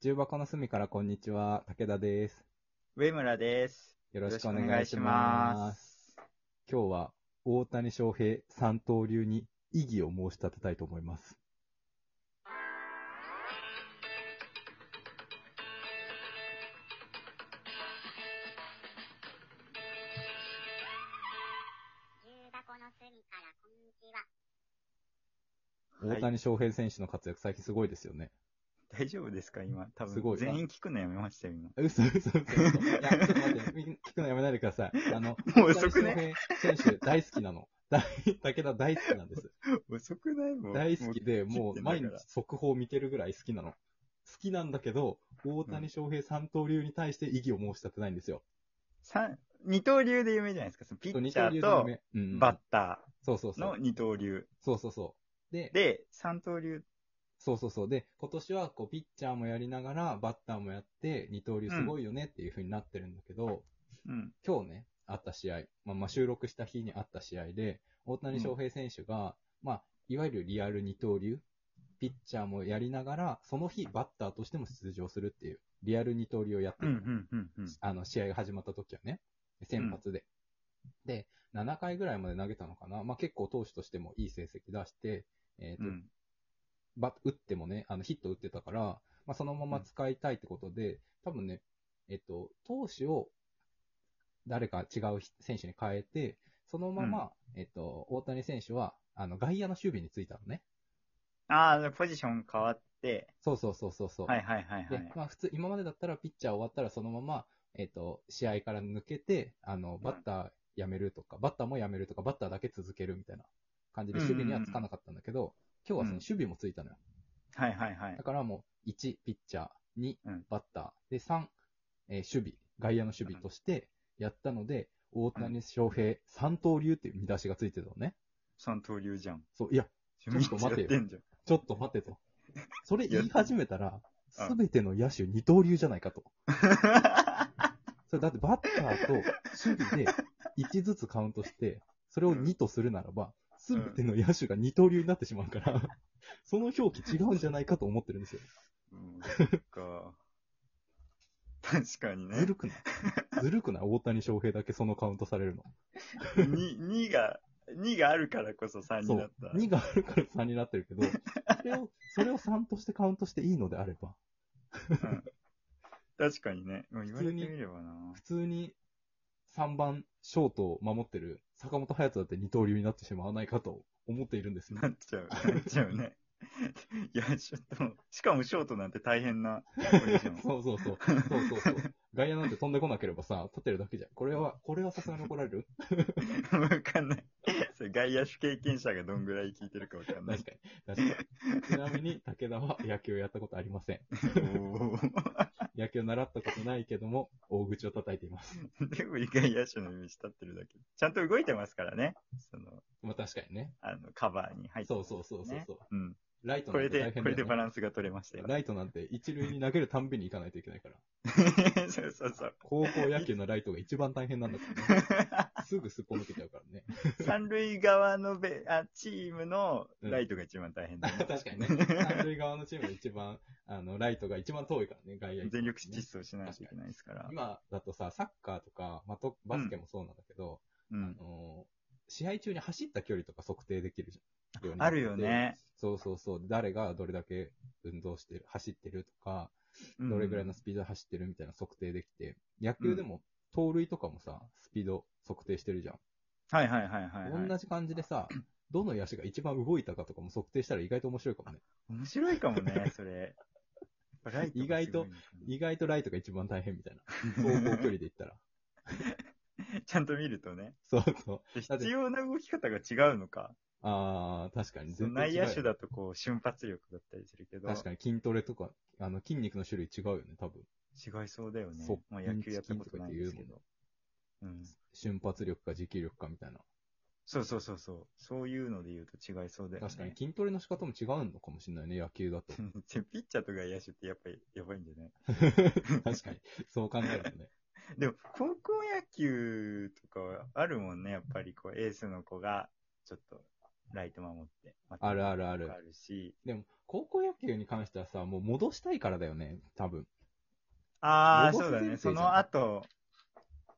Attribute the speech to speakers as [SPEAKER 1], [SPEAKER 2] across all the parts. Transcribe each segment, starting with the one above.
[SPEAKER 1] 重箱の隅からこんにちは、武田です。
[SPEAKER 2] 上村です。
[SPEAKER 1] よろしくお願いします。
[SPEAKER 2] す。
[SPEAKER 1] 今日は大谷翔平三刀流に異議を申し立てたいと思います。
[SPEAKER 3] 重箱の隅からこんにちは。
[SPEAKER 2] はい
[SPEAKER 1] 大谷翔平選手の活躍最近すごいですよ ね。
[SPEAKER 2] 大丈夫ですか今。多
[SPEAKER 1] すごい
[SPEAKER 2] 分、全員聞くのやめましたよ、今。
[SPEAKER 1] え嘘嘘嘘嘘。いや、ちょっと待って、みん聞くのやめないでください。あの、
[SPEAKER 2] もう遅くね
[SPEAKER 1] 大谷翔平選手大好きなの。大 武田大好きなんです。
[SPEAKER 2] 遅くないもう。
[SPEAKER 1] 大好きで、
[SPEAKER 2] も
[SPEAKER 1] も
[SPEAKER 2] う切
[SPEAKER 1] う
[SPEAKER 2] ってない
[SPEAKER 1] 毎
[SPEAKER 2] か
[SPEAKER 1] 日
[SPEAKER 2] ら
[SPEAKER 1] 速報見てるぐらい好きなの。好きなんだけど、大谷翔平三刀流に対して異議を申し立てないんですよ。
[SPEAKER 2] 三二刀流で有名じゃないですか。そのピッチャーとバッ
[SPEAKER 1] バ
[SPEAKER 2] タ
[SPEAKER 1] そうそう
[SPEAKER 2] ー
[SPEAKER 1] そ
[SPEAKER 2] の
[SPEAKER 1] う。
[SPEAKER 2] 二刀流。
[SPEAKER 1] そうそうそう。で、
[SPEAKER 2] で、三刀流。
[SPEAKER 1] そうそうそう。で、今年はこうピッチャーもやりながら、バッターもやって、二刀流すごいよねっていう風になってるんだけど、
[SPEAKER 2] うん。
[SPEAKER 1] 今日ね、あった試合、まあ、まあ収録した日にあった試合で、大谷翔平選手が、まあ、いわゆるリアル二刀流、ピッチャーもやりながら、その日バッターとしても出場するっていう、リアル二刀流をやって
[SPEAKER 2] う
[SPEAKER 1] る
[SPEAKER 2] ん、うん、うん、うん。
[SPEAKER 1] あの、試合が始まった時はね、先発で。で、7回ぐらいまで投げたのかな。まあ、結構投手としてもいい成績出して、えっ、
[SPEAKER 2] う
[SPEAKER 1] と、
[SPEAKER 2] ん。
[SPEAKER 1] バ打ってもね、あのヒット打ってたから、まあ、そのまま使いたいってことで、多分ね、えっと、投手を誰か違う選手に変えて、そのまま、えっと、大谷選手は、あの、外野の守備についたのね。
[SPEAKER 2] ああ、ポジション変わって、
[SPEAKER 1] そうそうそうそうそう。
[SPEAKER 2] はいはいはいは
[SPEAKER 1] で
[SPEAKER 2] い。
[SPEAKER 1] まあ、普通、今までだったらピッチャー終わったらそのまま、えっと、試合から抜けて、あの、バッターやめるとか、バッターもやめるとか、バッターだけ続けるみたいな感じで、守備にはつかなかったんだけど、今日はその守備もついたのよ。
[SPEAKER 2] はいはいはい
[SPEAKER 1] だ。からもう、1、ピッチャー、2
[SPEAKER 2] うん、
[SPEAKER 1] バッター、で、3、えー守備、外野の守備としてやったので、大谷翔平、三刀流っていう見出しがついてたのね。
[SPEAKER 2] 三刀流じゃん。
[SPEAKER 1] そう、いや、
[SPEAKER 2] ち
[SPEAKER 1] ょっと待てよ
[SPEAKER 2] てんじゃん。
[SPEAKER 1] ちょっと待ってと。それ言い始めたら、
[SPEAKER 2] う
[SPEAKER 1] す
[SPEAKER 2] ん
[SPEAKER 1] べての野手二刀流じゃないかと。 それだってバッターと守備で1ずつカウントして、それを2とするならば、すべての野手が二刀流になってしまうから、その表記違うんじゃないかと思ってるんですよ。
[SPEAKER 2] うん、そっか。確かにね。
[SPEAKER 1] ずるくないずるくない大谷翔平だけそのカウントされるの。
[SPEAKER 2] に2が、2があるからこそ3
[SPEAKER 1] そ
[SPEAKER 2] になっ
[SPEAKER 1] う
[SPEAKER 2] た。。
[SPEAKER 1] 2があるから3になってるけど、それを、それを3としてカウントしていいのであれば、
[SPEAKER 2] うん確かにね。もう言わ
[SPEAKER 1] 普
[SPEAKER 2] れて
[SPEAKER 1] 通に
[SPEAKER 2] みればな。
[SPEAKER 1] 普通に3番ショートを守ってる坂本隼人だって二刀流になってしまわないかと思っているんですよ。
[SPEAKER 2] なっちゃう。なっちゃうね。いや、ちょっと、しかもショートなんて大変なポジション。
[SPEAKER 1] そうそうそう。そうそうそう。外野なんて飛んでこなければさ、立ってるだけじゃん。これは、これはさすがに怒られる
[SPEAKER 2] わかんない。それ外野手経験者がどんぐらい聞いてるかわかんない
[SPEAKER 1] 確。かに。確かに。ちなみに、武田は野球をやったことありません。
[SPEAKER 2] おー
[SPEAKER 1] 野球を習ったことないけども、大口を叩いています。
[SPEAKER 2] でも外野手の道立ってるだけ。ちゃんと動いてますからね。その、
[SPEAKER 1] まあ確かにね。
[SPEAKER 2] あの、カバーに入って
[SPEAKER 1] そ
[SPEAKER 2] ま
[SPEAKER 1] う
[SPEAKER 2] すか
[SPEAKER 1] そ
[SPEAKER 2] らね、
[SPEAKER 1] うそうそうそう、
[SPEAKER 2] うん。
[SPEAKER 1] ライト
[SPEAKER 2] こ
[SPEAKER 1] なん
[SPEAKER 2] れ
[SPEAKER 1] て
[SPEAKER 2] で、
[SPEAKER 1] 大変だ
[SPEAKER 2] これ
[SPEAKER 1] よ、
[SPEAKER 2] で
[SPEAKER 1] ね、
[SPEAKER 2] バランスが取れました よ。
[SPEAKER 1] ライトなんて一塁に投げるたんびに行かないといけないから。
[SPEAKER 2] そうそうそう。
[SPEAKER 1] 高校野球のライトが一番大変なんだから、ね、 すぐすっぽ抜けちゃうからね。
[SPEAKER 2] 三塁側のベ あチームのライトが一番大変だ、ね
[SPEAKER 1] 確かにね。三塁側のチームが一番、あの、ライトが一番遠いからね、外野に、
[SPEAKER 2] 全力疾走しないといけないですから。
[SPEAKER 1] 今だとさ、サッカーとか、まあ、とバスケもそうなんだけど、
[SPEAKER 2] う
[SPEAKER 1] あ
[SPEAKER 2] ん。
[SPEAKER 1] のー試合中に走った距離とか測定できるじゃん。にな
[SPEAKER 2] あ
[SPEAKER 1] って
[SPEAKER 2] るよ。ね。
[SPEAKER 1] そうそうそう。誰がどれだけ運動してる、走ってるとか、
[SPEAKER 2] うん
[SPEAKER 1] どれぐらいのスピードで走ってるみたいな測定できて、野球でも盗塁とかもさ、スピード測定してるじゃん。
[SPEAKER 2] はいはいはいはい、はい。
[SPEAKER 1] 同じ感じでさ、どの野手が一番動いたかとかも測定したら意外と面白いかもね。
[SPEAKER 2] 面白いかも ね、それ。ライトがすごいのか
[SPEAKER 1] 意外とライトが一番大変みたいな。 走行距離で言ったら。
[SPEAKER 2] な。ちゃんと見るとね。
[SPEAKER 1] そうそう。
[SPEAKER 2] で
[SPEAKER 1] だって
[SPEAKER 2] 必要な動き方が違うのか。
[SPEAKER 1] あー、確かに
[SPEAKER 2] その
[SPEAKER 1] 全然
[SPEAKER 2] 内
[SPEAKER 1] 違うよ。
[SPEAKER 2] 野手だとこう瞬発力だったりするけど、
[SPEAKER 1] 確かに筋トレとか、あの、筋肉の種類違うよね、多分。
[SPEAKER 2] 違いそうだよね。
[SPEAKER 1] そう
[SPEAKER 2] まあ野球やったことないんですけ
[SPEAKER 1] ピンチキンと
[SPEAKER 2] ど。うん。
[SPEAKER 1] 瞬発力か持久力かみたいな。
[SPEAKER 2] そうそうそうそう。そういうので言うと違いそうだよね。
[SPEAKER 1] 確かに筋トレの仕方も違うのかもしれないね、野球だと。
[SPEAKER 2] で ピッチャーと外野手ってやっぱりやばいんじゃない
[SPEAKER 1] 確かに。そう考えるとね。
[SPEAKER 2] でも、高校野球とかはあるもんね、やっぱりこう、エースの子が、ちょっと、ライト守って。
[SPEAKER 1] あるあるある
[SPEAKER 2] あるし。
[SPEAKER 1] でも、高校野球に関してはさ、もう戻したいからだよね、多分。
[SPEAKER 2] ああ、
[SPEAKER 1] ロボ
[SPEAKER 2] そ
[SPEAKER 1] ス
[SPEAKER 2] うだ
[SPEAKER 1] 前提
[SPEAKER 2] ね。そ
[SPEAKER 1] じゃん
[SPEAKER 2] の後、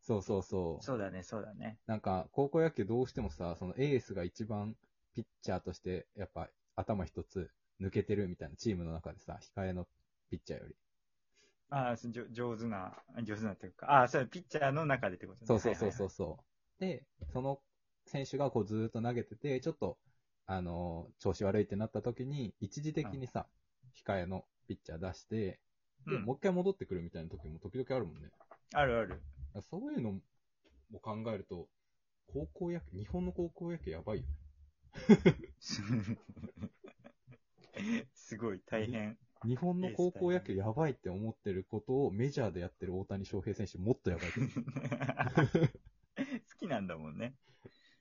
[SPEAKER 1] そうそうそう。
[SPEAKER 2] そうだね、そうだね。
[SPEAKER 1] なんか、高校野球どうしてもさ、そのエースが一番ピッチャーとして、やっぱ頭一つ抜けてるみたいなチームの中でさ、控えのピッチャーより。
[SPEAKER 2] ああ、そうじょ上手な、上手なっていうか、ああ、そう、ピッチャーの中でってことね。
[SPEAKER 1] そうそうそう
[SPEAKER 2] う。
[SPEAKER 1] そうそう。で、その選手がこうずーっと投げてて、ちょっと、あのー調子悪いってなった時に、一時的にさ、控えのピッチャー出して、で、
[SPEAKER 2] うん
[SPEAKER 1] もう一回戻ってくるみたいな時も時々あるもんね。
[SPEAKER 2] あるある。
[SPEAKER 1] そういうのも考えると、高校野球、日本の高校野球やばいよね。
[SPEAKER 2] すごい、大変。
[SPEAKER 1] 日本の高校野球やばいって思ってることをメジャーでやってる大谷翔平選手もっとやばいと思う。
[SPEAKER 2] 好きなんだもんね。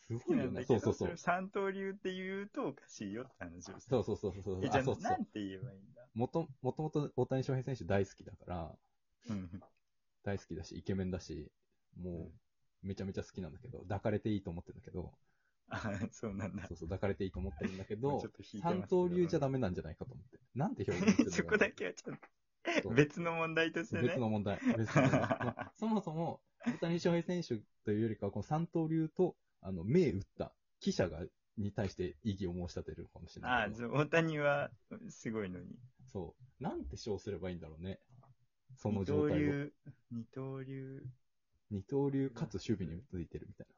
[SPEAKER 1] す
[SPEAKER 2] 好
[SPEAKER 1] ご
[SPEAKER 2] き
[SPEAKER 1] い
[SPEAKER 2] な
[SPEAKER 1] よ
[SPEAKER 2] んだ
[SPEAKER 1] ね。
[SPEAKER 2] け
[SPEAKER 1] そ
[SPEAKER 2] ど、
[SPEAKER 1] うそうそう
[SPEAKER 2] れを。三刀流って言うとおかしいよって話をして。
[SPEAKER 1] そうそうそうそうそう
[SPEAKER 2] え。じ
[SPEAKER 1] あ、
[SPEAKER 2] ゃあ
[SPEAKER 1] そうそ
[SPEAKER 2] な。
[SPEAKER 1] うん
[SPEAKER 2] て言えばいいんだ。
[SPEAKER 1] もと、もともと大谷翔平選手大好きだから、
[SPEAKER 2] うん
[SPEAKER 1] 大好きだし、イケメンだし、もう、めちゃめちゃ好きなんだけど、抱かれていいと思ってるんだけど、
[SPEAKER 2] あそうなんだ。
[SPEAKER 1] そうそう、抱かれていいと思ってるんだけ
[SPEAKER 2] ちょ
[SPEAKER 1] ど
[SPEAKER 2] っと、引いて ま
[SPEAKER 1] 三
[SPEAKER 2] すけど
[SPEAKER 1] 刀流じゃダメなんじゃないかと思って。なんて表現するの
[SPEAKER 2] そこだけはちょっ
[SPEAKER 1] そ
[SPEAKER 2] と
[SPEAKER 1] う
[SPEAKER 2] 別の問題としてね。
[SPEAKER 1] 別の問題。別 の問題まあそもそも、大谷翔平選手というよりかは、この三刀流と、あの、銘打った記者が、に対して異議を申し立てるかもしれな
[SPEAKER 2] あ
[SPEAKER 1] い
[SPEAKER 2] あ、
[SPEAKER 1] け
[SPEAKER 2] そ
[SPEAKER 1] ど。
[SPEAKER 2] う大谷はすごいのに。
[SPEAKER 1] そう。なんて称すればいいんだろうね。その
[SPEAKER 2] 二
[SPEAKER 1] 状
[SPEAKER 2] 刀
[SPEAKER 1] 態を。
[SPEAKER 2] 流、二刀流、
[SPEAKER 1] 二刀流かつ守備についてるみたいな。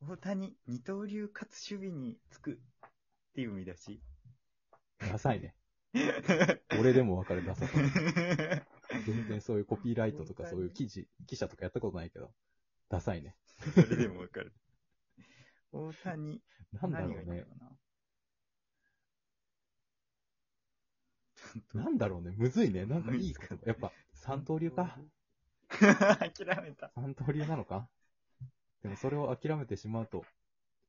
[SPEAKER 2] 大谷、二刀流かつ守備につくっていう見 出し。
[SPEAKER 1] ダサいね。俺でも分かるダサさ。全然そういうコピーライトとか
[SPEAKER 2] 本当
[SPEAKER 1] そ
[SPEAKER 2] に
[SPEAKER 1] ういう記事、記者とかやったことないけど、ダサいね。
[SPEAKER 2] それでもわかる。大谷、
[SPEAKER 1] なんだろ
[SPEAKER 2] 何
[SPEAKER 1] う
[SPEAKER 2] がいい
[SPEAKER 1] ね
[SPEAKER 2] の。かな。
[SPEAKER 1] なんだろうね。むずいね。なんかいい言葉。やっぱ、三刀流か。
[SPEAKER 2] 諦めた。
[SPEAKER 1] 三刀流なのかでもそれを諦めてしまうと、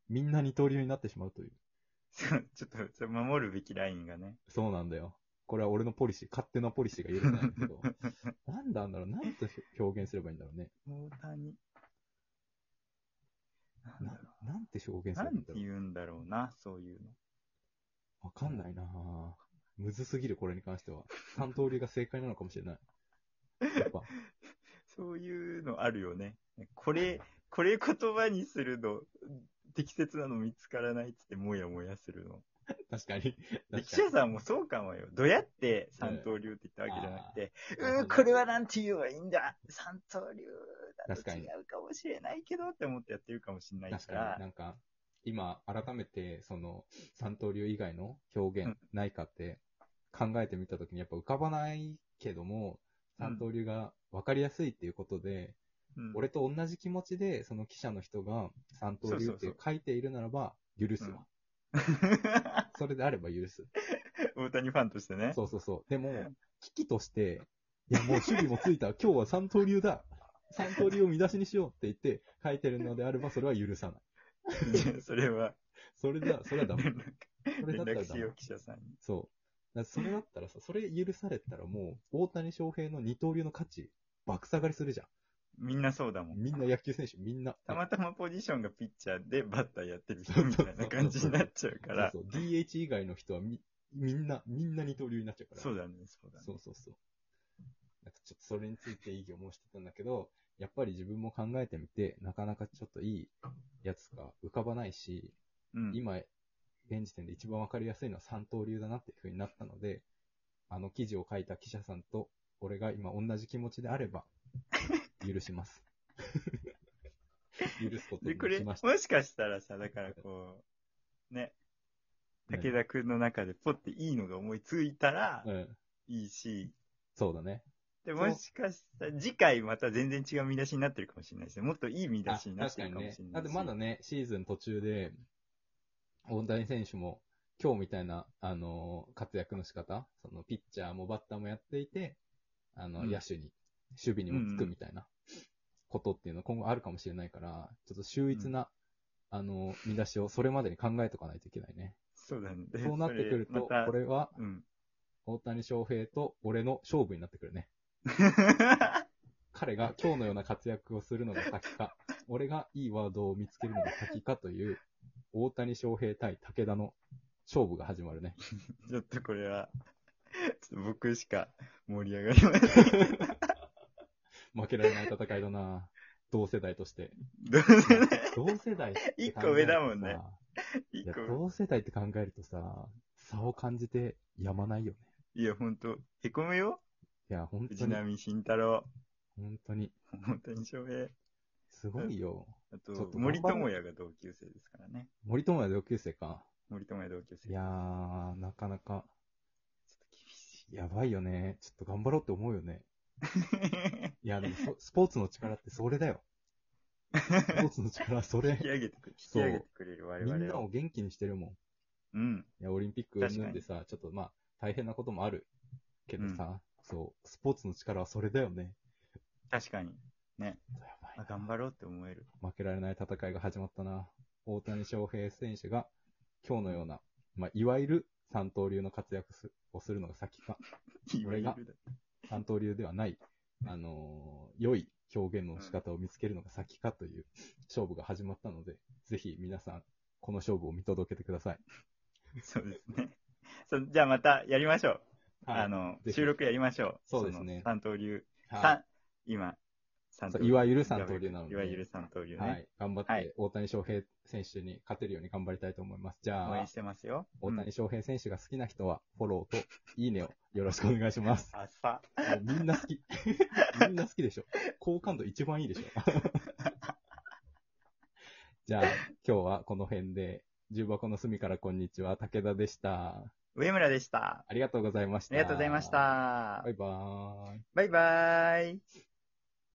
[SPEAKER 1] みんな二刀流になってしまうという。
[SPEAKER 2] そうちょっと、守るべきラインがね。
[SPEAKER 1] そうなんだよ。これは俺のポリシー、勝手なポリシーが許さないんだけど、なんだんだろう、なんて表現すればいいんだろうね。
[SPEAKER 2] 大谷。なんだ
[SPEAKER 1] な
[SPEAKER 2] ろう
[SPEAKER 1] なんて表現すれば
[SPEAKER 2] な
[SPEAKER 1] いい
[SPEAKER 2] ん
[SPEAKER 1] ん
[SPEAKER 2] て
[SPEAKER 1] だろう。
[SPEAKER 2] 言うんだろうな、そういうの。
[SPEAKER 1] わかんないなぁ。むずすぎる、これに関しては。三刀流が正解なのかもしれない。やっぱ、
[SPEAKER 2] そういうのあるよね。これ、これ言葉にするの、適切なの見つからないっつって、もやもやするの。
[SPEAKER 1] 確かに。
[SPEAKER 2] で、
[SPEAKER 1] 確
[SPEAKER 2] 記
[SPEAKER 1] かに
[SPEAKER 2] 者さんもそうかもよ。どうやって三刀流って言ったわけじゃなくて、
[SPEAKER 1] うん
[SPEAKER 2] う
[SPEAKER 1] あー
[SPEAKER 2] ー、これはなんて言えばいいんだ三刀流だ
[SPEAKER 1] 確か
[SPEAKER 2] と違
[SPEAKER 1] に
[SPEAKER 2] うかもしれないけどって思ってやってるかもしれない
[SPEAKER 1] 確
[SPEAKER 2] か
[SPEAKER 1] かに
[SPEAKER 2] ら
[SPEAKER 1] な、んか、今、改めて、その、三刀流以外の表現ないかって考えてみたときに、やっぱ浮かばないけども、
[SPEAKER 2] うん
[SPEAKER 1] 三刀流が分かりやすいっていうことで、
[SPEAKER 2] うん
[SPEAKER 1] 俺と同じ気持ちで、その記者の人が三刀流っ
[SPEAKER 2] そうそう
[SPEAKER 1] て書いているならば、許すわ。
[SPEAKER 2] うん
[SPEAKER 1] それであれば許 す。
[SPEAKER 2] 大谷ファンとしてね。
[SPEAKER 1] そうそうそう。でも、危機として、いやもう守備もついた。今日は三刀流だ。三刀流を見出しにしようって言って書いてるのであれば、それは許さない。
[SPEAKER 2] い やそれは、
[SPEAKER 1] それだ、それはダメ。
[SPEAKER 2] 連
[SPEAKER 1] それだったら
[SPEAKER 2] 絡
[SPEAKER 1] ダ
[SPEAKER 2] し
[SPEAKER 1] メ
[SPEAKER 2] よう、。記者さんに。
[SPEAKER 1] そう。だからそれだったらさ、それ許されたらもう、大谷翔平の二刀流の価値、爆下がりするじゃん。
[SPEAKER 2] みんなそうだもん。
[SPEAKER 1] みんな野球選手、みんな。
[SPEAKER 2] たまたまポジションがピッチャーでバッターやってる人みたいな感じになっちゃうから。
[SPEAKER 1] そうそう。DH 以外の人はみ、みんな、みんな二刀流になっちゃうから。
[SPEAKER 2] そうだね、そうだね。
[SPEAKER 1] そうそうそう。なんかちょっとそれについて異議を申してたんだけど、やっぱり自分も考えてみて、なかなかちょっといいやつが浮かばないし、
[SPEAKER 2] うん、
[SPEAKER 1] 今、現時点で一番わかりやすいのは三刀流だなっていう風になったので、あの記事を書いた記者さんと、俺が今同じ気持ちであれ ば、許します。 許すこと
[SPEAKER 2] で、
[SPEAKER 1] に
[SPEAKER 2] これ、
[SPEAKER 1] し
[SPEAKER 2] も
[SPEAKER 1] ま
[SPEAKER 2] し
[SPEAKER 1] した。
[SPEAKER 2] かしたらさ、だからこう、ね、武田くんの中でポっていいのが思いついたら
[SPEAKER 1] うん、うん
[SPEAKER 2] いいし、
[SPEAKER 1] そうだね。
[SPEAKER 2] で、
[SPEAKER 1] そう
[SPEAKER 2] もしかしたら次回また全然違う見出しになってるかもしれないですね。もっといい見出
[SPEAKER 1] あ
[SPEAKER 2] しになってるかもしれ
[SPEAKER 1] 確か
[SPEAKER 2] ない
[SPEAKER 1] にね。だっ
[SPEAKER 2] し。
[SPEAKER 1] てまだね、シーズン途中で、大谷選手も、今日みたいな、あのー活躍の仕方、そのピッチャーもバッターもやっていて、あの、
[SPEAKER 2] うん
[SPEAKER 1] 野手に、守備にもつくみたいなことっていうのは今後あるかもしれないから、ちょっと秀逸な、あのー見出しをそれまでに考えとかないといけないね。
[SPEAKER 2] そうだね。で
[SPEAKER 1] そうなってくる
[SPEAKER 2] それ
[SPEAKER 1] と、
[SPEAKER 2] また
[SPEAKER 1] これは
[SPEAKER 2] うん。
[SPEAKER 1] 大谷翔平と俺の勝負になってくるね。彼が今日のような活躍をするのが先か、俺がいいワードを見つけるのが先かという、大谷翔平対武田の勝負が始まるね。
[SPEAKER 2] ちょっとこれは、ちょっと僕しか盛り上がりません。
[SPEAKER 1] 負けられない戦いだな同世代として。
[SPEAKER 2] どうせね、
[SPEAKER 1] 同世代って考えるとさ
[SPEAKER 2] 一個上だもんね
[SPEAKER 1] い
[SPEAKER 2] 一
[SPEAKER 1] や、
[SPEAKER 2] 個。
[SPEAKER 1] 同世代って考えるとさ、差を感じてやまないよね。
[SPEAKER 2] いや、ほんと、へこむよ。
[SPEAKER 1] いや、本当
[SPEAKER 2] 藤
[SPEAKER 1] に、
[SPEAKER 2] 波慎太郎、
[SPEAKER 1] 本当に、
[SPEAKER 2] 本谷翔平。
[SPEAKER 1] すごいよ。
[SPEAKER 2] あ
[SPEAKER 1] ちょっ
[SPEAKER 2] と、
[SPEAKER 1] と
[SPEAKER 2] 森友哉が同級生ですからね。
[SPEAKER 1] 森友哉同級生か。
[SPEAKER 2] 森友哉同級生。
[SPEAKER 1] いや
[SPEAKER 2] ちょ
[SPEAKER 1] ー、なかなか、
[SPEAKER 2] っと厳し
[SPEAKER 1] やばいよね。ちょっと頑張ろうって思うよね。
[SPEAKER 2] い。
[SPEAKER 1] いや、でもそ、スポーツの力ってそれだ よ。スポーツの力はそ
[SPEAKER 2] 引き
[SPEAKER 1] れ。
[SPEAKER 2] 上げてく、引き
[SPEAKER 1] そう
[SPEAKER 2] 上げてくれる我
[SPEAKER 1] みん
[SPEAKER 2] 々
[SPEAKER 1] な
[SPEAKER 2] を。
[SPEAKER 1] を元気にしてるもん。
[SPEAKER 2] うん。
[SPEAKER 1] いや、オリンピック云々でさ、ちょっとまあ、大変なこともあるけどさ、そう、スポーツの力はそれだよね。
[SPEAKER 2] 確かに。ね。
[SPEAKER 1] やばい
[SPEAKER 2] あ頑張ろうって思える。
[SPEAKER 1] 負けられない戦いが始まったな。大谷翔平選手が、今日のような、まあ、いわゆる三刀流の活躍すをするのが先か、俺が
[SPEAKER 2] いわゆる
[SPEAKER 1] 三刀流ではない、あのー良い表現の仕方を見つけるのが先かという勝負が始まったので、ぜひ皆さん、この勝負を見届けてください。
[SPEAKER 2] だそうですね。そうじゃあまたやりましょう。
[SPEAKER 1] はい
[SPEAKER 2] あの
[SPEAKER 1] ぜ、ひ
[SPEAKER 2] 収録やりましょう。
[SPEAKER 1] そうですね
[SPEAKER 2] その三刀流。
[SPEAKER 1] は
[SPEAKER 2] 三今、三
[SPEAKER 1] い、そういわゆる三刀流なので、
[SPEAKER 2] いわゆる三刀流
[SPEAKER 1] は
[SPEAKER 2] ね。
[SPEAKER 1] い、頑張っ
[SPEAKER 2] はい
[SPEAKER 1] て大谷翔平選手に勝てるように頑張りたいと思います。じ
[SPEAKER 2] 応
[SPEAKER 1] ゃあ
[SPEAKER 2] 援し、てますよ。
[SPEAKER 1] 大
[SPEAKER 2] うん
[SPEAKER 1] 谷翔平選手が好きな人は、フォローといいねをよろしくお願いします。
[SPEAKER 2] 朝。
[SPEAKER 1] もうみんな好 き。みんな好きでしょ。好感度一番いいでしょ。 じゃあ、今日はこの辺で、重箱の隅からこんにちは、武田でした。
[SPEAKER 2] 上村でした。
[SPEAKER 1] ありがとうございまし
[SPEAKER 2] あ
[SPEAKER 1] た。
[SPEAKER 2] りがとうございまし。た
[SPEAKER 1] バ。イバーイ。
[SPEAKER 2] バイバーイ。